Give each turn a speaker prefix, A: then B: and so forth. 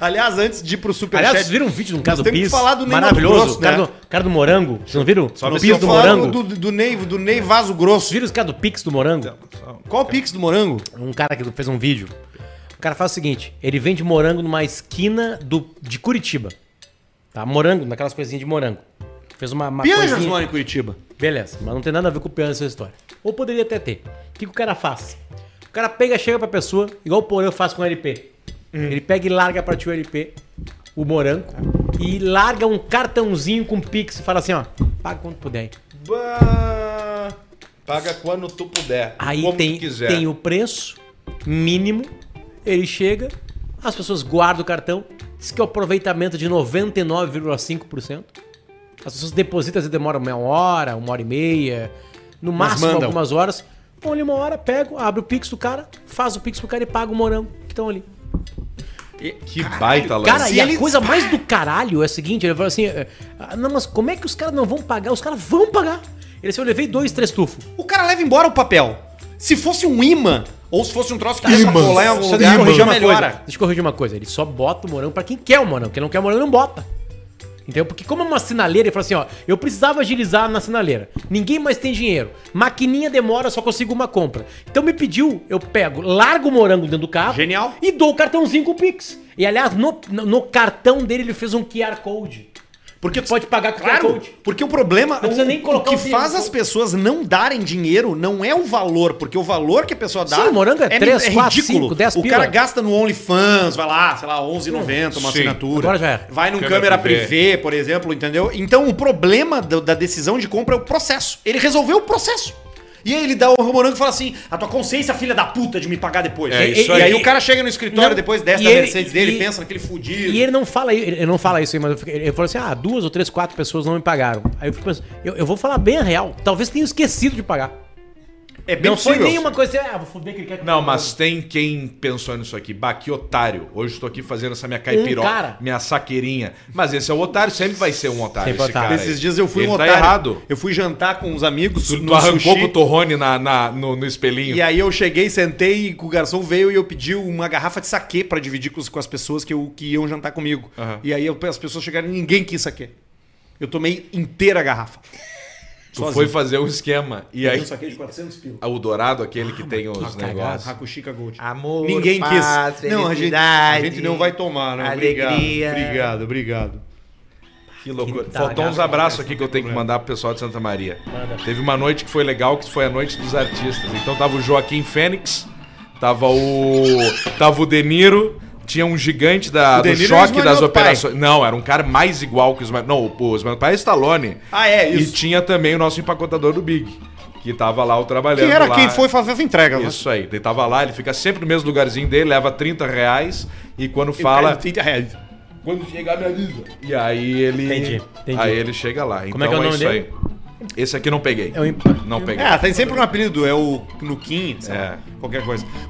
A: Aliás, antes de ir pro
B: Aliás,
A: Superchat.
B: vocês viram um vídeo de um cara
A: Nós
B: do
A: temos que
B: Pis?
A: falar do Ney
B: Maravilhoso.
A: Mato Grosso,
B: cara,
A: né?
B: do, cara do Morango. Vocês não viram? Só do
A: Nós
B: Pis
A: estamos
B: do
A: falando
B: Morango.
A: do, do Ney, do Ney Vaso Grosso.
B: Vocês viram os caras do Pix do Morango?
A: Então. Qual o Pix do Morango?
B: Um cara que fez um vídeo. O cara faz o seguinte: ele vende morango numa esquina do, de Curitiba. Tá? Morango, naquelas coisinhas de morango. Fez uma, uma
A: Pianjas
B: coisinha-
A: mora em Curitiba.
B: Beleza, mas não tem nada a ver com o piano essa história. Ou poderia até ter. O que, que o cara faz? O cara pega, chega pra pessoa, igual o Porã faz com o LP. Ele pega e larga pra ti o LP, o morango, e larga um cartãozinho com Pix e fala assim, ó, paga quanto puder. aí.
C: Bah, Paga quando tu puder.
B: Aí
C: como
B: tem,
C: tu quiser.
B: tem o preço mínimo, ele chega, as pessoas guardam o cartão, diz que é o aproveitamento de 99,5%. As pessoas depositam, às vezes demora uma hora, uma hora e meia, no máximo
A: mandam.
B: algumas horas. Vão ali uma hora, pego, abre o Pix do cara, faz o Pix pro cara e paga o morango que estão ali.
C: Que baita lance.
B: Cara,
A: se
B: e a
A: eles-
B: coisa mais do caralho é a seguinte, ele falou assim, é, ah, não, mas como é que os caras não vão pagar? Os caras vão pagar. Ele assim, eu levei dois, três tufos.
A: O cara leva embora o papel. Se fosse um imã, ou se fosse um troço que dá pra
D: Ímãs.
A: colar em algum
B: Deixa
A: lugar,
B: eu corrigir
A: já
B: uma coisa.
A: melhora.
B: Deixa eu corrigir uma coisa. Ele só bota o morango pra quem quer o morango. Quem não quer o morango não bota. Entendeu? Porque como é uma sinaleira, ele fala assim, ó, eu precisava agilizar na sinaleira. Ninguém mais tem dinheiro. Maquininha demora, só consigo uma compra. Então me pediu, eu pego, largo o morango dentro do carro.
A: Genial.
B: E dou o cartãozinho com o Pix. E aliás, no, no- no cartão dele ele fez um QR Code.
A: Porque tu
B: Pode pagar com QR
A: Claro,
B: Code.
A: porque o problema,
B: precisa
A: o,
B: nem
A: o
B: colocar
A: que
B: o dedo.
A: faz as pessoas não darem dinheiro não é o valor, porque o valor que a pessoa dá
B: Sim, o morango é três, quatro, cinco, dez
A: o
B: pila.
A: cara gasta no OnlyFans, vai lá, sei lá, 11,90, uma
C: Sim.
A: assinatura.
B: Agora já era.
A: Vai num câmera,
C: Câmera
A: privê. por exemplo, entendeu? Então o problema do- da decisão de compra é o processo. Ele resolveu o processo. E aí ele dá o morango e fala assim, a tua consciência, filha da puta, de me pagar depois.
C: É,
A: e,
C: isso
A: e-
C: aí.
A: e aí o cara chega no escritório
B: Não,
A: depois dessa
B: e
A: da
B: ele-
A: Mercedes dele,
B: e-
A: pensa naquele fudido.
B: E ele não fala isso, ele não fala isso aí, mas eu fiquei- ele falou assim: ah, duas ou três, quatro pessoas não me pagaram. Aí eu fico pensando, eu, eu vou falar bem a real, talvez tenha esquecido de pagar.
A: é
B: não foi
A: possível.
B: nenhuma coisa assim, ah, vou foder que ele quer que eu
C: Não,
B: pague.
C: mas tem quem pensou nisso aqui. Bah, que otário. Hoje estou aqui fazendo essa
A: Um
C: minha caipiró,
B: cara.
C: minha saqueirinha. Mas esse é o otário, sempre vai ser um otário
B: Sempre
C: esse
B: otário.
C: cara. aí.
A: Esses dias eu fui
C: Ele
A: um
C: tá
A: otário.
C: errado.
A: Eu fui jantar com uns amigos
C: Tu, tu
A: no
C: arrancou
A: sushi,
C: com o torrone na, na- no, no espelhinho.
A: E aí eu cheguei, sentei, e o garçom veio e eu pedi uma garrafa de saquê pra dividir com, os- com as pessoas que, eu, que iam jantar comigo.
C: Aham.
A: E aí eu- as pessoas chegaram e ninguém quis saquê. Eu tomei inteira a garrafa.
C: tu foi fazer um esquema. E aí,
A: um saquê de 400 pila.
C: o dourado, aquele
A: Ah,
C: que tem os
B: cagada.
C: negócios.
A: Hakushika Gold.
C: Amor,
A: ninguém quis.
C: paz,
A: não, a gente, a gente não vai tomar, né?
C: alegria.
A: Obrigado, obrigado, obrigado.
C: Que loucura.
B: Que
C: Faltou
B: talhada.
C: uns abraços aqui que eu tenho que mandar pro pessoal de Santa Maria. Teve uma noite que foi legal, que foi a noite dos artistas. Então tava o Joaquim Fênix, tava o. tava o De Niro. Tinha um gigante da,
A: O De
C: do
A: Niro era o
C: choque das
A: Ismael Pai.
C: operações. Não, era um cara mais igual que o Ismael. Não, o Ismael Pai é Stallone.
A: Ah, é,
C: E
A: isso.
C: tinha também o nosso empacotador do Big, que tava lá o trabalhando.
A: Quem era
C: lá.
A: quem foi fazer as entregas? né?
C: Isso aí. Ele tava lá, ele fica sempre no mesmo lugarzinho dele, leva 30 reais e quando
A: Eu
C: fala.
A: quero 30 reais.
C: Quando chegar, me avisa. E aí ele.
B: Entendi, entendi.
C: Aí ele chega lá. Então
B: Como é que é o nome
C: isso
B: dele?
C: aí. Esse aqui não peguei.
B: É o impa-
C: Não peguei.
A: É, tem sempre um apelido, é o Nuquim, sei
C: É.
A: lá, qualquer coisa.